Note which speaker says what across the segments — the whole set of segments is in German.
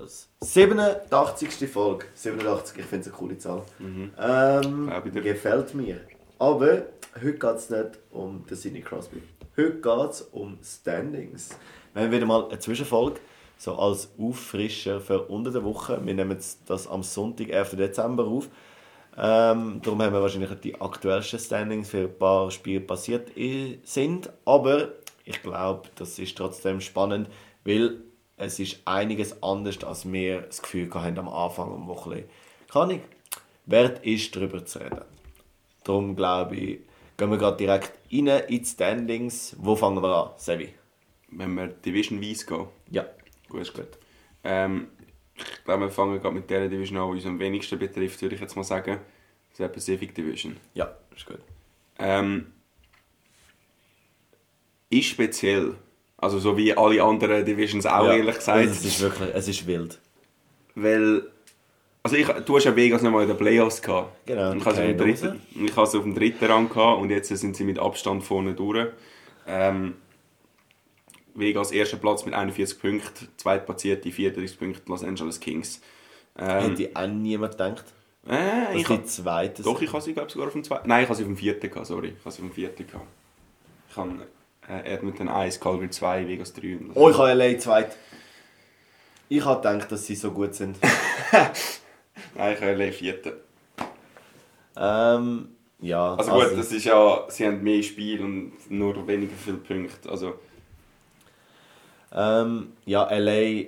Speaker 1: Abschluss. 87. Folge. 87, ich finde es eine coole Zahl. Ähm,
Speaker 2: Glaub ich dir.
Speaker 1: gefällt mir. Aber heute geht es nicht um den Sidney Crosby. Heute geht es um Standings. Wir haben wieder mal eine Zwischenfolge, so als Auffrischer für unter der Woche. Wir nehmen das am Sonntag, 1. Dezember auf. Ähm, darum haben wir wahrscheinlich die aktuellsten Standings für ein paar Spiele passiert i- sind. Aber ich glaube, das ist trotzdem spannend, weil es ist einiges anders, als wir das Gefühl hatten am Anfang am Wochenende. Kann ich. Wert ist, darüber zu reden. Darum glaube ich, gehen wir gerade direkt rein in die Standings. Wo fangen wir an? Sevi?
Speaker 2: Wenn wir divisionweise gehen.
Speaker 1: Ja.
Speaker 2: Gut, ist gut. Ähm, ich glaube, wir fangen gerade mit der Division an, die uns am wenigsten betrifft, würde ich jetzt mal sagen. Das ist die Pacific Division.
Speaker 1: Ja, ist gut.
Speaker 2: Ähm, ist speziell. Also so wie alle anderen Divisions auch,
Speaker 1: ja.
Speaker 2: ehrlich
Speaker 1: Es
Speaker 2: gesagt.
Speaker 1: ist wirklich, es ist wild.
Speaker 2: Weil... Also ich, du hast ja Vegas nochmal in den Playoffs gehabt.
Speaker 1: Genau,
Speaker 2: Und ich habe sie auf dem
Speaker 1: keine
Speaker 2: dritten- ich habe sie auf dem dritten Rang gehabt und jetzt sind sie mit Abstand vorne durch. Ähm, Vegas erster Platz mit 41 Punkten, zweitplatzierte 34 Punkte Los Angeles Kings. Ähm,
Speaker 1: Hätte auch niemand gedacht.
Speaker 2: äh,
Speaker 1: Das
Speaker 2: ich
Speaker 1: ist
Speaker 2: hab-
Speaker 1: die zweite.
Speaker 2: doch, ich habe sie glaub, sogar auf dem zweiten. Nein, ich habe sie auf dem vierten gehabt, sorry. Ich habe sie auf dem vierten gehabt. Ich habe äh, Edmonton 1, Calgary 2, Vegas 3 und
Speaker 1: Oh, ich habe LA zweit. Ich habe gedacht, dass sie so gut sind.
Speaker 2: Nein, ich habe LA vierten.
Speaker 1: ähm, ja.
Speaker 2: Also gut, das ist ja, sie haben mehr Spiel und nur weniger viele Punkte. Also,
Speaker 1: ähm, ja, LA.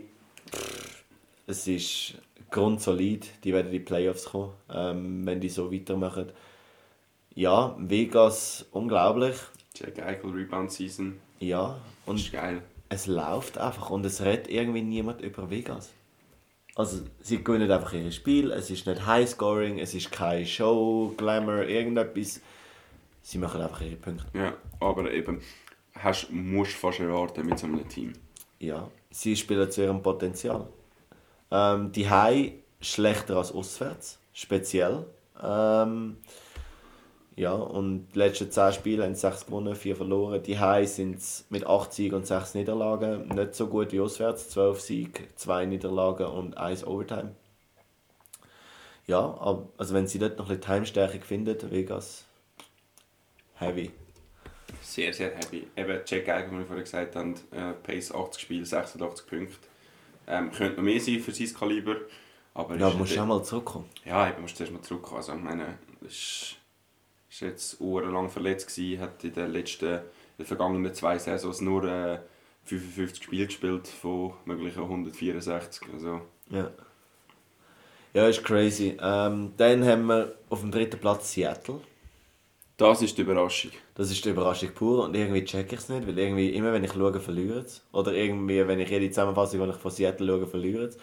Speaker 1: pff, Es ist grundsolid. Die werden in die Playoffs kommen, ähm, wenn die so weitermachen. Ja, Vegas unglaublich.
Speaker 2: Jack Eichel Rebound Season.
Speaker 1: Ja.
Speaker 2: Das
Speaker 1: Und
Speaker 2: ist geil.
Speaker 1: es läuft einfach und es redet irgendwie niemand über Vegas. Also sie gewinnen einfach ihr Spiel, es ist nicht Highscoring, es ist keine Show, Glamour, irgendetwas. Sie machen einfach ihre Punkte.
Speaker 2: Ja, aber eben, hast, musst fast erwarten mit so einem Team.
Speaker 1: Ja, sie spielen zu ihrem Potenzial. Ähm, die Hai schlechter als auswärts, speziell. Ähm, ja, und die letzten 10 Spiele haben sie 6 gewonnen, 4 verloren. Die Hai sind mit 8 Siegen und 6 Niederlagen nicht so gut wie auswärts. 12 Siege, 2 Niederlagen und 1 Overtime. Ja, ab- also wenn sie dort noch ein bisschen die Heimstärke finden, Vegas, heavy.
Speaker 2: Sehr, sehr happy. Eben, Jack Eichel, wie wir vorhin gesagt haben, äh, Pace 80 Spiele, 86 Punkte. Ähm, könnte noch mehr sein für sein Kaliber. Aber
Speaker 1: Ja,
Speaker 2: ist
Speaker 1: du musst
Speaker 2: natürlich-
Speaker 1: auch mal zurückkommen.
Speaker 2: Ja, eben musst du erst mal zurückkommen. Also, ich meine, er ist, ist jetzt ohrenlang verletzt gewesen, hat in den letzten, in den vergangenen zwei Saisons nur äh, 55 Spiele gespielt von möglichen 164. Also,
Speaker 1: Ja. Ja, ist crazy. Ähm, dann haben wir auf dem dritten Platz Seattle.
Speaker 2: das ist die Überraschung.
Speaker 1: Das ist die Überraschung pur und irgendwie check ich es nicht, weil irgendwie immer, wenn ich schaue, verliere es. Oder irgendwie, wenn ich jede Zusammenfassung, die ich von Seattle schaue, verliere es.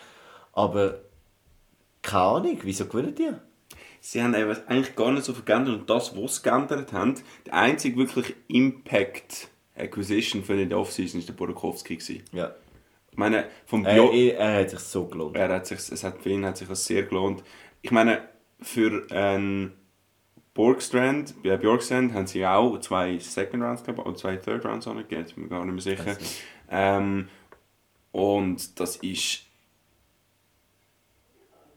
Speaker 1: Aber keine Ahnung, wieso gewinnen die?
Speaker 2: Sie haben eben eigentlich gar nicht so viel geändert und das, was sie geändert haben, der einzige wirklich Impact Acquisition für die Offseason war der Borokowski. gewesen.
Speaker 1: Ja.
Speaker 2: Ich meine, vom
Speaker 1: Er,
Speaker 2: Bio
Speaker 1: er, Äh, er hat sich so gelohnt.
Speaker 2: Er hat sich, es hat für ihn hat sich das sehr gelohnt. Ich meine, für einen Borgstrand, bei Bjorkstrand haben sie auch zwei Second Rounds gehabt, oder zwei Third Rounds auch nicht gegeben, ich bin mir gar nicht mehr sicher.
Speaker 1: Weiss nicht.
Speaker 2: Ähm, und das ist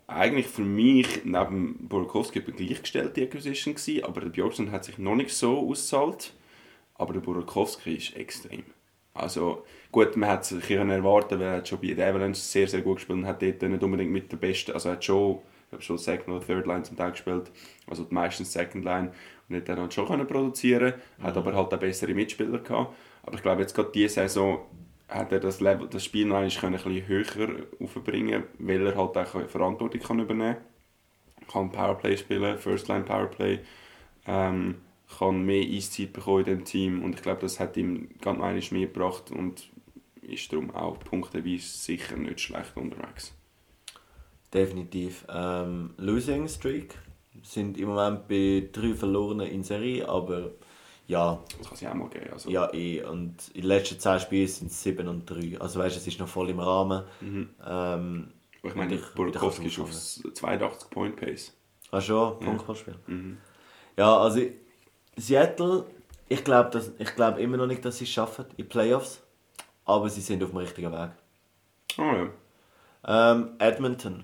Speaker 2: eigentlich für mich neben Borkowski eine gleichgestellte Acquisition gewesen, aber der Bjorkstrand hat sich noch nicht so ausgezahlt. Aber der Borokowski ist extrem. Also gut, man hat sich können erwarten, weil er hat schon bei den Avalanche sehr, sehr gut gespielt und hat dort nicht unbedingt mit der Besten, also er hat schon, ich glaube schon Second oder Third Line zum Teil gespielt, also meistens Second Line und hat dann halt schon können produzieren, hat aber halt auch bessere Mitspieler gehabt. Aber ich glaube jetzt gerade diese Saison hat er das, Level, das Spiel noch einmal können ein bisschen höher aufbringen, weil er halt auch Verantwortung kann übernehmen kann kann Powerplay spielen, First Line Powerplay, ähm, kann mehr Eiszeit bekommen in dem Team und ich glaube, das hat ihm ganz einiges mehr gebracht und ist darum auch punkteweise sicher nicht schlecht unterwegs.
Speaker 1: Definitiv. Ähm, Losing Streak sind im Moment bei drei verlorenen in Serie, aber ja,
Speaker 2: Das kann es ja auch mal geben. Also,
Speaker 1: Ja, eh. Und in den letzten 10 Spielen sind es 7 und 3. Also weißt du, es ist noch voll im Rahmen. Ähm,
Speaker 2: ich meine,
Speaker 1: wieder-
Speaker 2: Burkowski
Speaker 1: wieder
Speaker 2: ist auf 82 Point Pace.
Speaker 1: Ah schon, Punktballspiel. Ja, also ich- Seattle, ich glaube glaub immer noch nicht, dass sie es schaffen in die Playoffs. Aber sie sind auf dem richtigen Weg.
Speaker 2: Oh ja.
Speaker 1: Ähm, Edmonton.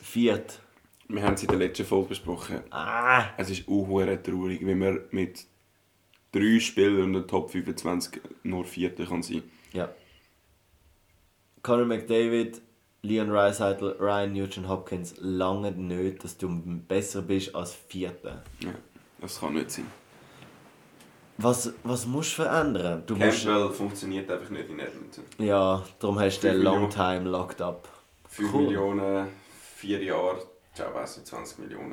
Speaker 1: Viert.
Speaker 2: Wir haben es in der letzten Folge besprochen.
Speaker 1: Ah,
Speaker 2: Es ist auch traurig, wie man mit drei Spielern in der Top 25 nur Vierter kann sein
Speaker 1: ja. Conor McDavid, Leon Draisaitl, Ryan Nugent-Hopkins lange nicht, dass du besser bist als Vierter.
Speaker 2: Ja, das kann nicht sein.
Speaker 1: Was, was musst du verändern? Du musst,
Speaker 2: Campbell funktioniert einfach nicht in Edmonton.
Speaker 1: ja, darum hast du
Speaker 2: Fünf
Speaker 1: den Long
Speaker 2: Millionen.
Speaker 1: Time locked up.
Speaker 2: 5
Speaker 1: Cool.
Speaker 2: Millionen, 4 Jahre, ciao, weiss 20 Millionen.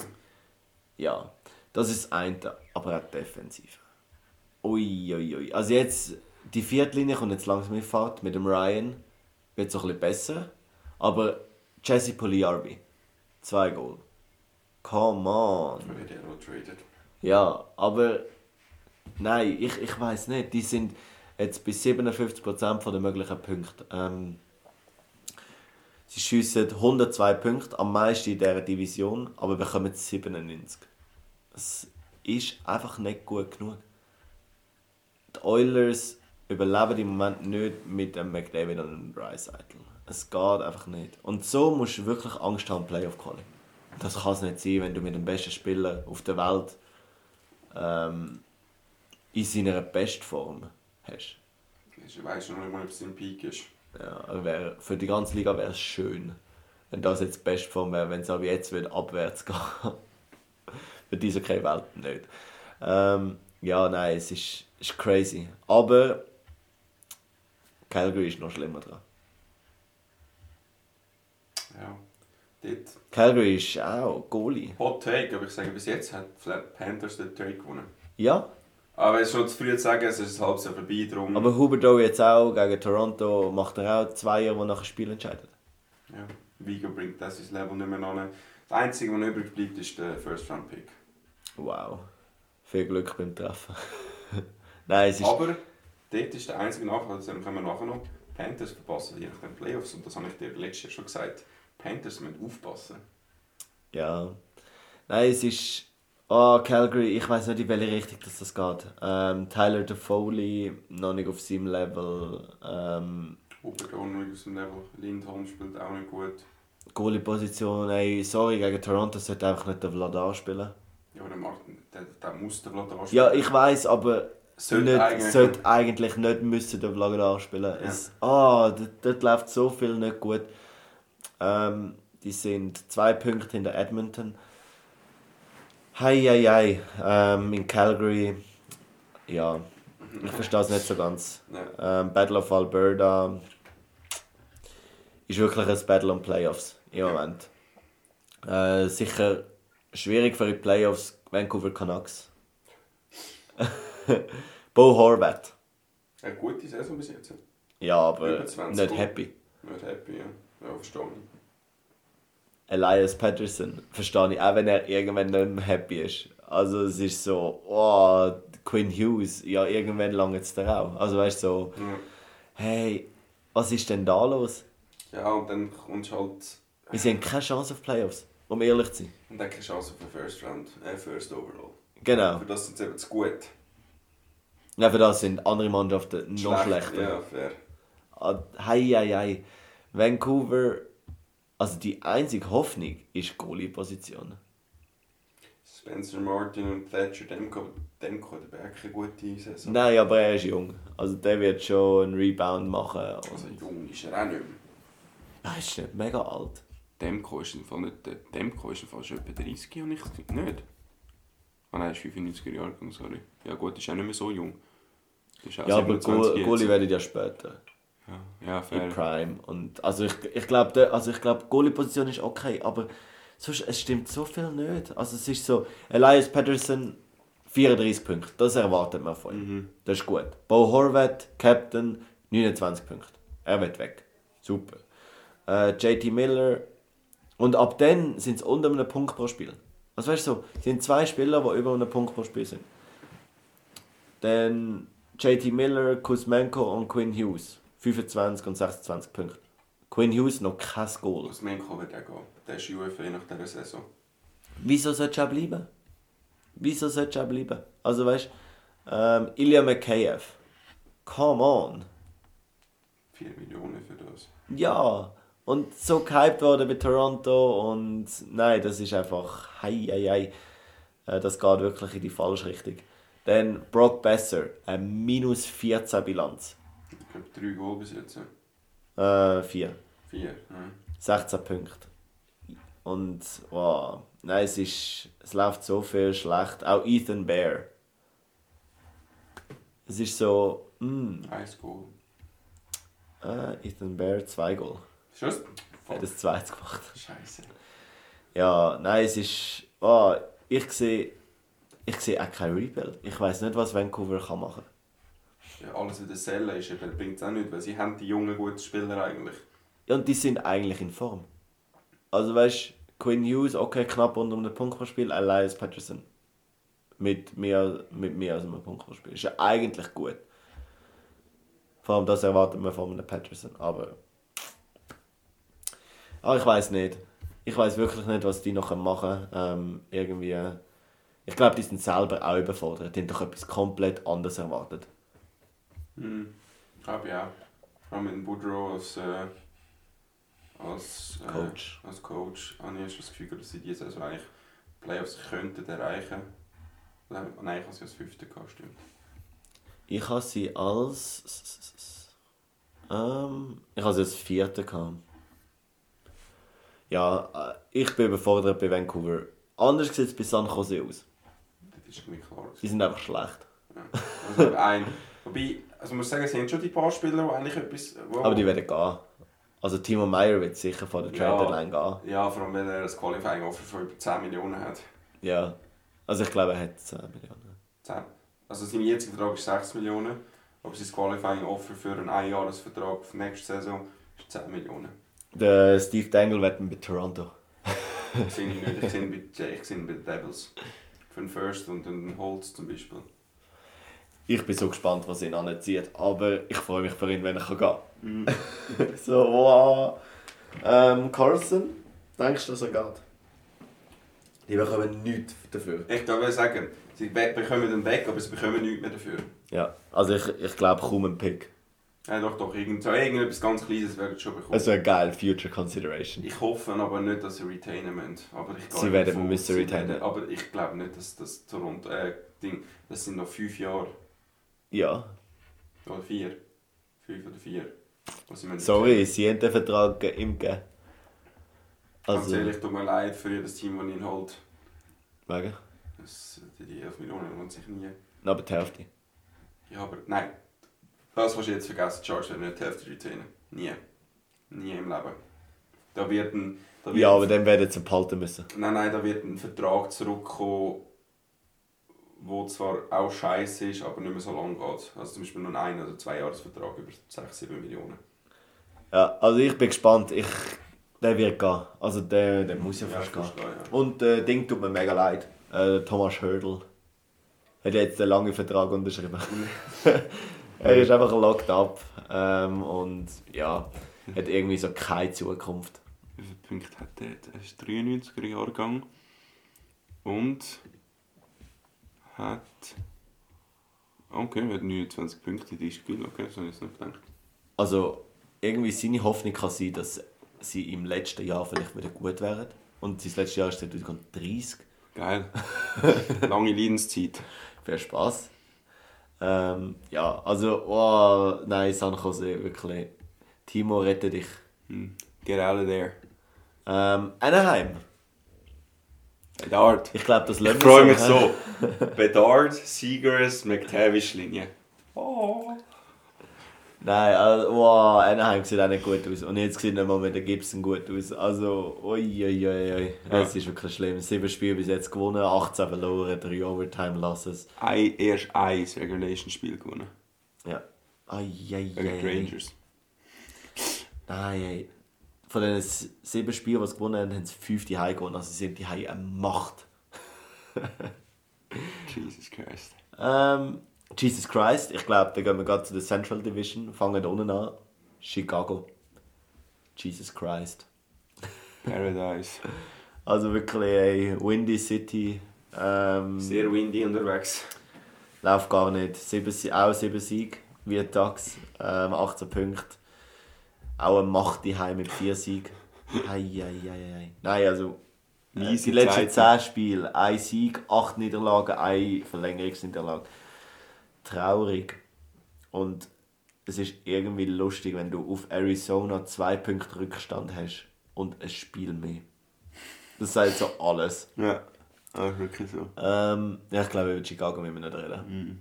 Speaker 1: Ja, das ist das eine, aber auch defensiv. Uiuiui. Ui, ui. Also jetzt, die Viertlinie kommt jetzt langsam in Fahrt mit dem Ryan. Wird so ein bisschen besser. Aber Jesse Poliarvi, zwei Goal. Come on.
Speaker 2: Man wird ja noch traded.
Speaker 1: Ja, aber nein, ich, ich weiß nicht. Die sind jetzt bis 57% von den möglichen Punkten. Ähm, sie schiessen 102 Punkte, am meisten in dieser Division, aber bekommen 97. Das ist einfach nicht gut genug. Die Oilers überleben im Moment nicht mit dem McDavid und dem Dreisaitl. Es geht einfach nicht. Und so musst du wirklich Angst haben, Playoff Calling. Das kann es nicht sein, wenn du mit dem besten Spieler auf der Welt ähm, in seiner Bestform hast.
Speaker 2: Ich weiss noch nicht mal, ob es im Peak ist.
Speaker 1: Ja, aber wär, für die ganze Liga wäre es schön, wenn das jetzt die Bestform wäre, wenn es aber jetzt wird abwärts gehen. für diese keine Welt nicht. Ähm, ja, nein, es ist, ist crazy. Aber Calgary ist noch schlimmer dran.
Speaker 2: Ja. Dort.
Speaker 1: Calgary ist auch Goalie.
Speaker 2: Hot Take, aber ich sage, bis jetzt hat Flap Panthers den Trade gewonnen.
Speaker 1: Ja,
Speaker 2: Aber es ist schon zu früh zu sagen, es ist halb so vorbei, drum.
Speaker 1: aber Huberdeau jetzt auch gegen Toronto macht er auch zwei Jahre, wo nachher das Spiel entscheidet.
Speaker 2: Ja, Vigo bringt das sein Level nicht mehr an. Das Einzige, was noch übrig bleibt, ist der First-Round-Pick.
Speaker 1: Wow. Viel Glück beim Treffen. nein, es ist
Speaker 2: Aber dort ist der einzige Nachteil, das können wir nachher noch, Panthers verpassen die nach den Playoffs. Und das habe ich dir letztes Jahr schon gesagt. Panthers müssen aufpassen.
Speaker 1: Ja. Nein, es ist. Oh, Calgary, ich weiß nicht, in welche Richtung das, das geht. Ähm, Tyler DeFoley, noch nicht auf seinem Level. Ähm,
Speaker 2: Obergon nicht aus dem Level. Lindholm spielt auch nicht gut.
Speaker 1: Goalie-Position, ey, sorry, gegen Toronto sollte einfach nicht der Vladar spielen.
Speaker 2: Ja, aber der Martin, der, der muss den Vlad anspielen.
Speaker 1: Ja, ich weiß, aber
Speaker 2: Sollte
Speaker 1: nicht,
Speaker 2: eigentlich-
Speaker 1: sollte eigentlich nicht müssen den Vladar spielen.
Speaker 2: Ja.
Speaker 1: Es, ah, dort, dort läuft so viel nicht gut. Ähm, die sind zwei Punkte hinter Edmonton. Hei, hei, hei. Ähm, in Calgary, ja, ich verstehe es nicht so ganz.
Speaker 2: Nein.
Speaker 1: Ähm, Battle of Alberta ist wirklich ein Battle um Playoffs im
Speaker 2: Ja.
Speaker 1: Moment. Äh, sicher schwierig für die Playoffs Vancouver Canucks. Bo Horvat.
Speaker 2: Eine gute Saison bis jetzt.
Speaker 1: Ja, aber
Speaker 2: Über 20
Speaker 1: nicht
Speaker 2: Goal.
Speaker 1: happy.
Speaker 2: Nicht happy, ja. Ja, verstehe ich.
Speaker 1: Elias Patterson, verstehe ich, auch wenn er irgendwann nicht mehr happy ist. Also es ist so, oh, Quinn Hughes, ja, irgendwann langt es dir auch. Also weißt du, so,
Speaker 2: Ja.
Speaker 1: hey, was ist denn da los?
Speaker 2: Ja, und dann kommst du halt...
Speaker 1: Wir haben keine Chance auf Playoffs, um ehrlich zu sein.
Speaker 2: Und dann keine Chance für First Round, äh, First Overall.
Speaker 1: Genau.
Speaker 2: Für das sind sie eben zu gut.
Speaker 1: Ja, für das sind andere Mannschaften noch schlechter.
Speaker 2: Ja, fair.
Speaker 1: Ah, Hei, hei, hei. Vancouver, also die einzige Hoffnung ist die Goalie-Position.
Speaker 2: Spencer Martin und Thatcher Demko. Demko hat aber auch keine gute Saison.
Speaker 1: Nein, aber er ist jung. Also der wird schon einen Rebound machen.
Speaker 2: Also jung ist er auch nicht mehr.
Speaker 1: Er ist nicht mega alt.
Speaker 2: Demko ist im Fall nicht... der- Demko ist im Fall schon etwa 30, habe ich gesehen. Nicht? Ah nein, ist 95er Jahre alt, sorry. Ja gut, ist auch nicht mehr so jung. Ist auch
Speaker 1: Ja, aber Goal-
Speaker 2: 27
Speaker 1: Goalie
Speaker 2: jetzt.
Speaker 1: werden ja später.
Speaker 2: Ja, ja
Speaker 1: In
Speaker 2: fair.
Speaker 1: Prime. Und, also ich, ich glaube, der- also ich glaub, die Goalie-Position ist okay, aber sonst, es stimmt so viel nicht. Also es ist so, Elias Patterson 34 Punkte, das erwartet man von ihm. Das ist gut. Bo Horvat, Captain, 29 Punkte. Er wird weg. Super. Äh, JT Miller. Und ab dann sind es unter einem Punkt pro Spiel. Also weißt du, so, es sind zwei Spieler, die über einen Punkt pro Spiel sind. Dann JT Miller, Kuzmenko und Quinn Hughes. 25 und 26 Punkte. Quinn Hughes noch kein Goal.
Speaker 2: Aus Menko wird auch gehen. Der ist UFA nach dieser Saison.
Speaker 1: Wieso sollst du auch bleiben? Wieso sollst du auch bleiben? Also weißt du, ähm, Ilya Mikheyev. Come on.
Speaker 2: 4 Millionen für das.
Speaker 1: Ja. und so gehypt worden bei Toronto und nein, das ist einfach hei, hei, hei. Äh, Das geht wirklich in die falsche Richtung. Dann Brock Besser, eine minus 14 Bilanz.
Speaker 2: Ich glaube, drei Goal bis jetzt. ja.
Speaker 1: Äh, 4.
Speaker 2: Vier. hm? Ja.
Speaker 1: 16 Punkte. Und wow, nein, es, ist, es läuft so viel schlecht. Auch Ethan Bear. Es ist so, mm,
Speaker 2: Eins Goal.
Speaker 1: äh, Ethan Bear, 2 Goal.
Speaker 2: Schuss?
Speaker 1: Er
Speaker 2: Fuck.
Speaker 1: hat das zweites gemacht.
Speaker 2: Scheiße.
Speaker 1: Ja, nein, es ist. ah, ich sehe. Ich sehe auch kein Rebuild. Ich weiß nicht, was Vancouver kann machen kann.
Speaker 2: Ja, alles wieder Selle ist, eben, bringt es auch nicht, weil sie haben die jungen, guten Spieler eigentlich.
Speaker 1: Und die sind eigentlich in Form. Also weißt du, Quinn Hughes, okay, knapp unter einem Punkt pro Spiel, Elias Patterson. Mit mehr, mit mehr als einem Punkt pro Spiel. Ist ja eigentlich gut. Vor allem das erwartet man von einem Patterson, aber. Aber ich weiß nicht. Ich weiß wirklich nicht, was die noch machen können. Ähm, irgendwie. Ich glaube, die sind selber auch überfordert. Die haben doch etwas komplett anderes erwartet.
Speaker 2: Hm. Glaube ich auch. Vor allem mit Boudreau als, äh, als, äh,
Speaker 1: Coach.
Speaker 2: als Coach Ah, habe ich erst das Gefühl, gehabt, dass sie diese Saison eigentlich Playoffs könnten erreichen. Nein, nein, ich habe sie als Fünfte gehabt, stimmt.
Speaker 1: Ich habe sie als. Ähm, ich habe sie als vierte gehabt. Ja, äh, ich bin überfordert bei Vancouver. Anders sieht es bei San Jose aus.
Speaker 2: Das ist irgendwie klar. gewesen.
Speaker 1: Die sind einfach schlecht.
Speaker 2: Ja. Also ein. Wobei, also man muss sagen, sie haben schon die paar Spieler, die eigentlich etwas. Wo,
Speaker 1: Aber die werden gehen. Also Timo Meyer wird sicher vor der
Speaker 2: Ja.
Speaker 1: Trade Deadline gehen.
Speaker 2: ja, vor allem wenn er ein Qualifying Offer von über 10 Millionen hat.
Speaker 1: Ja. Also ich glaube, er hat 10 Millionen.
Speaker 2: 10. Also sein jetziger Vertrag ist 6 Millionen, aber sein Qualifying Offer für einen Einjahresvertrag für nächste Saison ist 10 Millionen.
Speaker 1: Der Steve Dangle wird mit Toronto.
Speaker 2: Ich sehe ihn nicht, ich sehe ihn bei, ich sehe ihn bei den Devils. Für den First und den Holz zum Beispiel.
Speaker 1: Ich bin so gespannt, was ihn anzieht. Aber ich freue mich für ihn, wenn er gehen kann. so, wow. Ähm, Carlson, denkst du, dass er geht? Die bekommen nichts dafür.
Speaker 2: Ich würde sagen, sie we- bekommen den weg, aber sie bekommen nichts mehr dafür.
Speaker 1: Ja, also ich, ich glaube kaum einen Pick.
Speaker 2: Ja, doch, doch, irgend, so irgendetwas ganz Kleines werden sie schon bekommen.
Speaker 1: Es wäre Also geil, Future Consideration.
Speaker 2: Ich hoffe aber nicht, dass sie retainen müssen. Aber ich gehe
Speaker 1: Sie werden
Speaker 2: davon aus,
Speaker 1: müssen
Speaker 2: sie
Speaker 1: retainen.
Speaker 2: werden- Aber ich glaube nicht, dass das Toronto... Äh, Ding, das sind noch fünf Jahre.
Speaker 1: Ja.
Speaker 2: Oder vier. Fünf oder vier. Was sie müssen
Speaker 1: Sorry, sie haben den Vertrag ge- ihm gegeben.
Speaker 2: Ganz
Speaker 1: Also,
Speaker 2: ehrlich, tut mir leid für jedes Team, das ihn holt.
Speaker 1: wegen?
Speaker 2: Das, die- die 11 Millionen lohnt sich nie.
Speaker 1: Na, Aber die Hälfte.
Speaker 2: Ja, aber nein. Das kannst du jetzt vergessen, die Chargers werden nicht die Hälfte retainen. Nie. Nie im Leben. Da wird ein... Da wird
Speaker 1: Ja,
Speaker 2: ein-
Speaker 1: aber dann werden sie ihn behalten müssen.
Speaker 2: Nein, nein, da wird ein Vertrag zurückkommen, wo zwar auch scheiße ist, aber nicht mehr so lang geht. Also zum Beispiel nur ein oder zwei Jahresvertrag über 6, 7 Millionen.
Speaker 1: Ja, also ich bin gespannt. Ich, der wird gehen. Also der, der muss ja
Speaker 2: Ja,
Speaker 1: fast
Speaker 2: fast
Speaker 1: gehen.
Speaker 2: gehen, ja.
Speaker 1: Und äh, Ding tut mir mega leid. Äh, Thomas Hördl hat jetzt einen langen Vertrag unterschrieben. er ist einfach locked up ähm, und ja, hat irgendwie so keine Zukunft.
Speaker 2: Wie viele Punkte hat er? Er ist 93er Jahrgang und hat. Okay, er hat 29 Punkte in diesem Spiel. Okay, das habe ich jetzt nicht gedacht.
Speaker 1: Also irgendwie seine Hoffnung kann sein, dass sie im letzten Jahr vielleicht wieder gut wären. Und sein letztes Jahr ist 2030.
Speaker 2: Geil. Lange Leidenszeit.
Speaker 1: Viel Spaß. Ähm, ja, also, oh, nein, San Jose, wirklich. Timo, rette dich.
Speaker 2: Hm. Get out of there.
Speaker 1: Ähm, Anaheim.
Speaker 2: Bedard.
Speaker 1: Ich glaube, das
Speaker 2: Ich
Speaker 1: lassen wir
Speaker 2: freue mich
Speaker 1: hä?
Speaker 2: so. Bedard, Seegers, McTavish-Linie. Oh.
Speaker 1: Nein, also, wow, Anaheim sieht auch nicht gut aus. Und jetzt sieht nicht mal mit der Gibson gut aus. Also, uiuiui.
Speaker 2: Ja.
Speaker 1: Es ist wirklich schlimm. Sieben Spiele bis jetzt gewonnen, 18 verloren, drei Overtime Losses.
Speaker 2: Ein, erst ein Regulation-Spiel gewonnen.
Speaker 1: Ja.
Speaker 2: Gegen die
Speaker 1: Uiuiui.
Speaker 2: Rangers.
Speaker 1: Nein, ey. Von den s- sieben Spielen, die sie gewonnen haben, haben sie fünf die Hause gewonnen. Also, sie sind die Hause eine Macht.
Speaker 2: Jesus Christ.
Speaker 1: Ähm, Jesus Christ, ich glaube, da gehen wir gerade zu der Central Division, fangen unten an. Chicago. Jesus Christ.
Speaker 2: Paradise.
Speaker 1: Also wirklich, ey, Windy City. Ähm,
Speaker 2: Sehr windy unterwegs.
Speaker 1: läuft gar nicht. Sieben, Sie- auch sieben Sieg, wie Tags, ähm, 18 Punkte. auch eine Macht daheim mit vier Siegen. Ei, ei, ei, ei. Nein, also äh,
Speaker 2: Miese
Speaker 1: die letzten zehn
Speaker 2: Zeiten.
Speaker 1: Spiele, ein Sieg, acht Niederlagen, eine Verlängerungsniederlage. Traurig. Und es ist irgendwie lustig, wenn du auf Arizona zwei Punkte Rückstand hast und ein Spiel mehr. Das sagt so alles.
Speaker 2: Ja, das ist wirklich so.
Speaker 1: Ähm, ja, ich glaube, über Chicago müssen wir nicht reden.
Speaker 2: Mhm.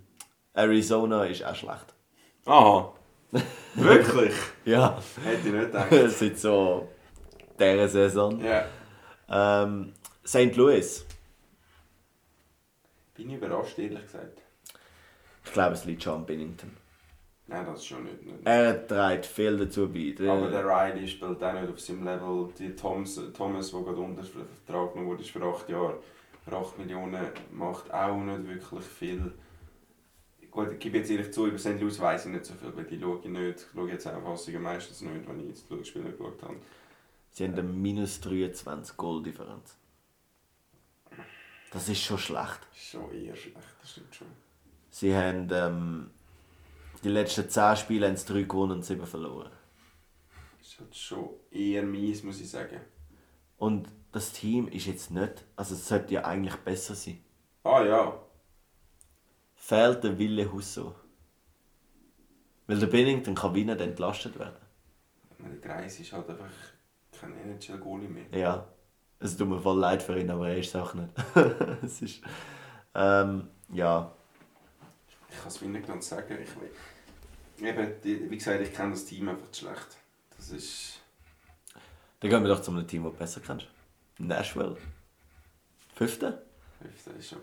Speaker 1: Arizona ist auch schlecht.
Speaker 2: Aha. Wirklich?
Speaker 1: Ja,
Speaker 2: Hätte ich nicht gedacht.
Speaker 1: seit so dieser Saison.
Speaker 2: Ja.
Speaker 1: Ähm, St. Louis.
Speaker 2: Bin ich überrascht, ehrlich gesagt.
Speaker 1: Ich glaube, es liegt schon an Bennington.
Speaker 2: Nein, das ist schon nicht. nicht.
Speaker 1: Er trägt viel dazu bei. Der-
Speaker 2: Aber der Riley spielt auch nicht auf seinem Level. Die Thomas, Thomas der gerade unter Vertrag genommen wurde, ist für 8 Jahre. Für 8 Millionen macht auch nicht wirklich viel. Gut, ich gebe jetzt ehrlich zu, über St. Louis weiss ich nicht so viel, weil die schaue ich nicht. Ich schaue jetzt auch Fassungen meistens nicht, wenn ich jetzt die Spiele geschaut habe.
Speaker 1: Sie haben eine minus 23 Goal-Differenz. Das ist schon schlecht.
Speaker 2: Das ist schon eher schlecht, das stimmt schon.
Speaker 1: Sie haben ähm, die letzten 10 Spiele haben sie 3 gewonnen und 7 verloren.
Speaker 2: Das ist halt schon eher mies, muss ich sagen.
Speaker 1: Und das Team ist jetzt nicht. Also, es sollte ja eigentlich besser sein.
Speaker 2: Ah ja,
Speaker 1: fehlt der Wille Husso. Weil der Bennington kann wie nicht entlastet werden.
Speaker 2: Ich meine, der Greis ist halt einfach kein NHL-Goalie mehr.
Speaker 1: Ja, es tut mir voll leid für ihn, aber er ist es auch nicht. es ist, ähm, ja,
Speaker 2: Ich kann es mir nicht ganz sagen. Ich, we- eben, die- wie gesagt, ich kenne das Team einfach zu schlecht. Das ist...
Speaker 1: dann gehen wir doch zu einem Team, das du besser kennst. Nashville. Fünfte?
Speaker 2: Das ist okay.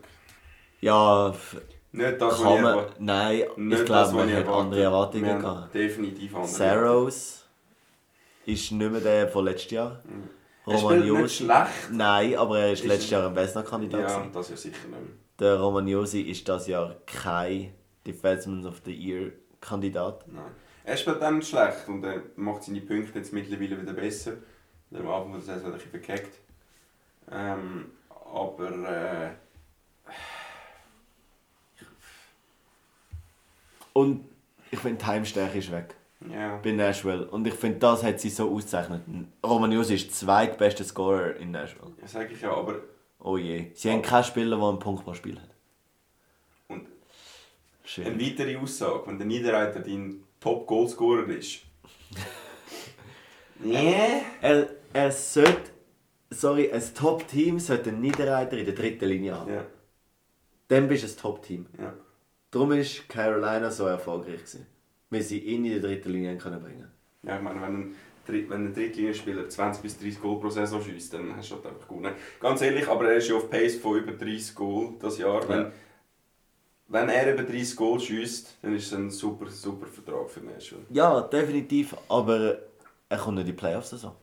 Speaker 1: Ja, f-
Speaker 2: Nicht das, was ich
Speaker 1: kann man,
Speaker 2: erwarte.
Speaker 1: nein,
Speaker 2: Nicht
Speaker 1: ich glaube,
Speaker 2: was
Speaker 1: man
Speaker 2: ich
Speaker 1: hat
Speaker 2: erwarte.
Speaker 1: andere Erwartungen
Speaker 2: Wir haben
Speaker 1: gehabt.
Speaker 2: Definitiv andere
Speaker 1: Saros ist nicht mehr der von letztes Jahr.
Speaker 2: Mhm. Er spielt nicht
Speaker 1: Romagnosi-
Speaker 2: schlecht.
Speaker 1: Nein, aber er ist
Speaker 2: Ist-
Speaker 1: letztes Jahr ein Wessner-Kandidat. gewesen.
Speaker 2: Ja, das ja sicher nicht mehr.
Speaker 1: Der Romagnosi ist das Jahr kein Defenseman of the Year Kandidat.
Speaker 2: Nein. Er spielt dann nicht schlecht und er macht seine Punkte jetzt mittlerweile wieder besser. Weil Am Anfang der Saison hat er ein bisschen verkackt. Ähm, aber äh,
Speaker 1: Und ich finde, die Heimstärke ist weg
Speaker 2: ja,
Speaker 1: bei Nashville. Und ich finde, das hat sie so ausgezeichnet. Romagnosi ist zweitbester Scorer in Nashville.
Speaker 2: sage ich ja, aber
Speaker 1: Oh je. Sie haben keinen Spieler, der einen Punkt pro Spiel hat.
Speaker 2: Und
Speaker 1: Schön.
Speaker 2: eine weitere Aussage, wenn der Niederreiter dein Top-Goalscorer ist. Nee.
Speaker 1: Er, er sollte, sorry, ein Top-Team sollte einen Niederreiter in der dritten Linie haben.
Speaker 2: Ja,
Speaker 1: Dann bist du ein Top-Team.
Speaker 2: ja.
Speaker 1: Darum ist Carolina so erfolgreich gewesen. Weil sie ihn in die dritte Linie haben können bringen
Speaker 2: Ja, ich meine, wenn ein, Dritt, wenn ein Drittlinierspieler 20 bis 30 Goal pro Saison schießt, dann hast du halt einfach gewonnen. Ganz ehrlich, aber er ist ja auf Pace von über 30 Goal das Jahr. Wenn,
Speaker 1: Ja.
Speaker 2: wenn er über 30 Goal schießt, dann ist es ein super, super Vertrag für Nashville.
Speaker 1: Ja, definitiv, aber er kommt nicht in die Playoffs oder so.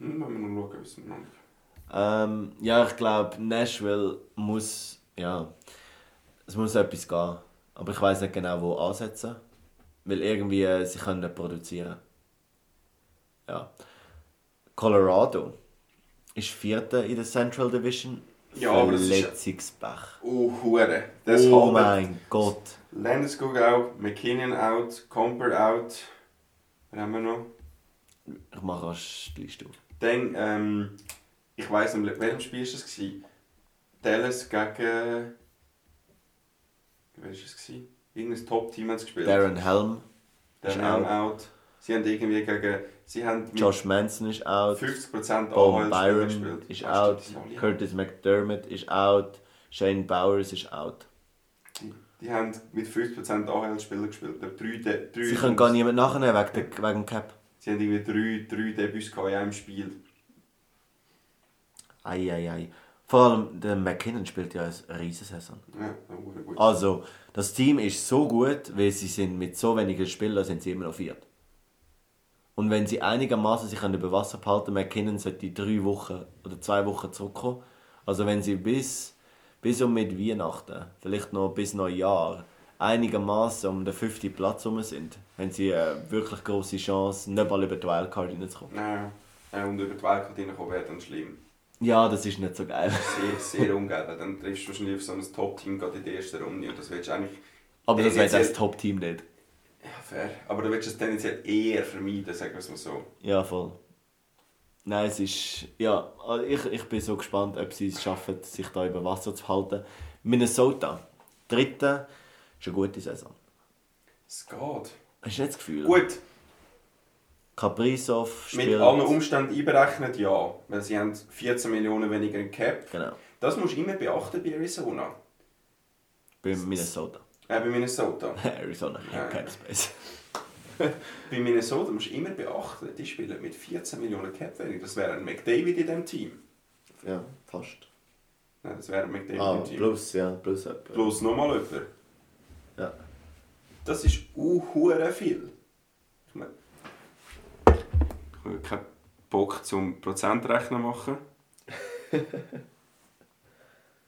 Speaker 2: Hm, wenn wir noch schauen, was wir noch machen.
Speaker 1: Ähm, ja, ich glaube, Nashville muss, ja, es muss etwas gehen. Aber ich weiß nicht genau, wo ansetzen. Weil irgendwie, äh, sie können nicht produzieren. Ja. Colorado ist Vierter in der Central Division.
Speaker 2: Ja, aber das ist-
Speaker 1: Verletzungspech.
Speaker 2: Oh, Hure. Das
Speaker 1: Oh
Speaker 2: halbe-
Speaker 1: mein Gott.
Speaker 2: Landeskog out, McKinnon out, Comper out. Was haben wir noch?
Speaker 1: Ich mache rasch die Liste auf.
Speaker 2: Dann, ähm, ich weiss nicht, welchem Spiel war es? gewesen? Dallas gegen. Wer war es? gewesen? Irgendein Top-Team haben sie gespielt.
Speaker 1: Darren Helm,
Speaker 2: Darren
Speaker 1: ist
Speaker 2: Helm
Speaker 1: out.
Speaker 2: out. Sie haben irgendwie gegen. Sie haben mit
Speaker 1: Josh Manson ist out.
Speaker 2: 50%
Speaker 1: Bob
Speaker 2: AHL-Spieler
Speaker 1: Byron
Speaker 2: gespielt.
Speaker 1: ist
Speaker 2: Ah,
Speaker 1: out,
Speaker 2: stimmt, die sind alle out.
Speaker 1: Curtis McDermott ist out, Shane Bowers ist out.
Speaker 2: Die, die haben mit 50% AHL-Spieler gespielt. Oder Drei, De- drei
Speaker 1: Sie können gar niemanden nachnehmen wegen, der, wegen dem Cap.
Speaker 2: Sie haben irgendwie drei, drei Debüts gehabt in einem Spiel.
Speaker 1: Eieiei. Ei, ei. Vor allem der McKinnon spielt ja eine Riesensaison.
Speaker 2: Ja, hure gut.
Speaker 1: Also, das Team ist so gut, weil sie sind mit so wenigen Spielern sind sie immer noch viert. Und wenn sie einigermaßen sich über Wasser behalten, McKinnon sollte in drei Wochen oder zwei Wochen zurückkommen. Also wenn sie bis, bis um mit Weihnachten, vielleicht noch bis Neujahr, einigermaßen um den fünften Platz herum sind, haben sie eine wirklich große Chance, nicht mal über die Wildcard hineinzukommen.
Speaker 2: Nein. Äh, Und über die Weltkarte hineinkommen wäre dann schlimm.
Speaker 1: Ja, das ist nicht so geil.
Speaker 2: Sehr, sehr ungern. Dann triffst du wahrscheinlich auf so ein Top-Team gerade in der ersten Runde und das willst du eigentlich...
Speaker 1: Aber das
Speaker 2: Äh, Jetzt-
Speaker 1: wäre das
Speaker 2: jetzt-
Speaker 1: Top-Team nicht.
Speaker 2: Ja, Fair. Aber du willst es tendenziell eher vermeiden, sagen wir es mal so.
Speaker 1: Ja, voll. Nein, es ist. Ja, also ich, ich bin so gespannt, ob sie es schaffen, sich da über Wasser zu halten. Minnesota, dritte, ist eine gute Saison.
Speaker 2: Es geht.
Speaker 1: Hast du nicht das Gefühl?
Speaker 2: Gut,
Speaker 1: Kaprizov spielt.
Speaker 2: mit um- allen Umständen einberechnet, ja. Weil sie haben 14 Millionen weniger im Cap.
Speaker 1: Genau,
Speaker 2: Das musst du immer beachten bei Arizona.
Speaker 1: bei Minnesota.
Speaker 2: Äh, bei Minnesota.
Speaker 1: Arizona,
Speaker 2: Ja.
Speaker 1: Cap Space.
Speaker 2: bei Minnesota musst du immer beachten, die spielen mit 14 Millionen Cap weniger. Das wäre ein McDavid in diesem Team.
Speaker 1: Ja, fast.
Speaker 2: Nein, das wäre ein McDavid
Speaker 1: Ah,
Speaker 2: im Team.
Speaker 1: plus, ja, plus etwa.
Speaker 2: Plus nochmal jemand.
Speaker 1: Ja.
Speaker 2: Das ist uhure viel. Ich meine, ich habe keinen Bock zum Prozentrechnen machen.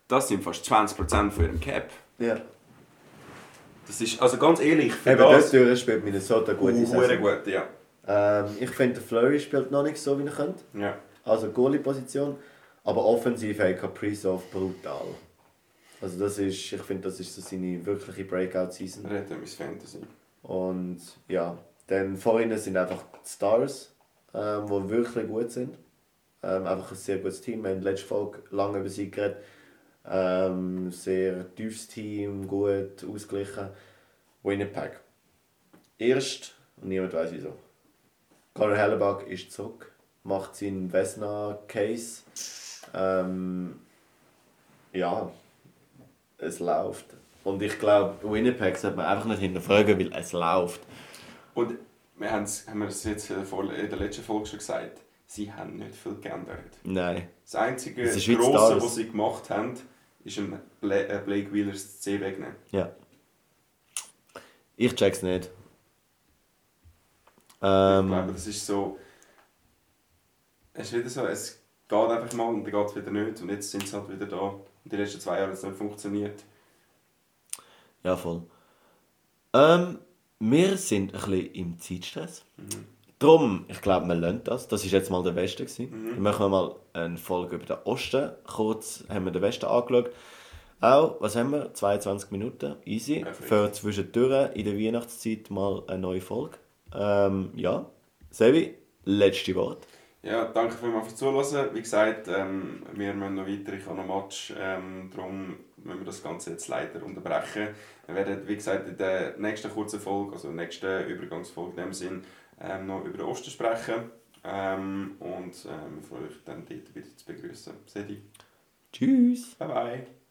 Speaker 2: Das sind fast 20% von ihrem Cap.
Speaker 1: ja.
Speaker 2: Das ist, also ganz ehrlich, für
Speaker 1: Eben,
Speaker 2: das
Speaker 1: dort spielt Minnesota eine gute
Speaker 2: uhure
Speaker 1: Saison.
Speaker 2: gut, ja.
Speaker 1: Ähm, ich finde, der Flurry spielt noch nicht so, wie er könnte.
Speaker 2: ja.
Speaker 1: Also Goalie-Position. Aber offensiv hat Kaprizov brutal. Also das ist, ich finde, das ist so seine wirkliche Breakout-Season.
Speaker 2: Reden wir Fantasy.
Speaker 1: Und ja, dann vorhin sind einfach die Stars, ähm, die wirklich gut sind. Ähm, einfach ein sehr gutes Team. Wir haben letzte Folge lange über sie geredet. Ähm, sehr tiefes Team, gut, ausgeglichen. Winnipeg. Erst, und niemand weiß wieso. Conor Hellebuck ist zurück, macht seinen Vesna-Case. Ähm, ja, es läuft. Und ich glaube, Winnipeg sollte man einfach nicht hinterfragen, weil es läuft.
Speaker 2: Und wir haben's- haben es jetzt in der Vol- in der letzten Folge schon gesagt, sie haben nicht viel geändert.
Speaker 1: Nein.
Speaker 2: Das einzige
Speaker 1: Es ist wie die
Speaker 2: Grosse,
Speaker 1: Stars.
Speaker 2: was sie gemacht haben, ist einem Bla- äh, Blake Wheelers das C wegnehmen.
Speaker 1: Ja. Ich check's nicht. Ähm,
Speaker 2: Ich glaube, das ist so. Es ist wieder so, es geht einfach mal und dann geht es wieder nicht. Und jetzt sind sie halt wieder da. Und die letzten zwei Jahre hat es nicht funktioniert.
Speaker 1: Ja, voll. Ähm, wir sind ein bisschen im Zeitstress. Drum, ich glaube, wir lernen das. Das ist jetzt mal der Westen. Mhm. Dann machen wir mal eine Folge über den Osten. Kurz haben wir den Westen angeschaut. Auch, was haben wir? 22 Minuten. Easy.
Speaker 2: Perfekt.
Speaker 1: Für zwischendurch in der Weihnachtszeit mal eine neue Folge. Ähm, ja. Sevi, letzte Wort.
Speaker 2: Ja, danke vielmals fürs Zuhören. Wie gesagt, ähm, wir müssen noch weiter. Ich habe noch Match. Ähm, darum müssen wir das Ganze jetzt leider unterbrechen. Wir werden, wie gesagt, in der nächsten kurzen Folge, also in der nächsten Übergangsfolge in dem Sinn, ähm, noch über den Osten sprechen. äh, Ähm, und ähm, ich freue mich dann, dort wieder zu begrüßen. Sedi,
Speaker 1: Tschüss.
Speaker 2: bye bye.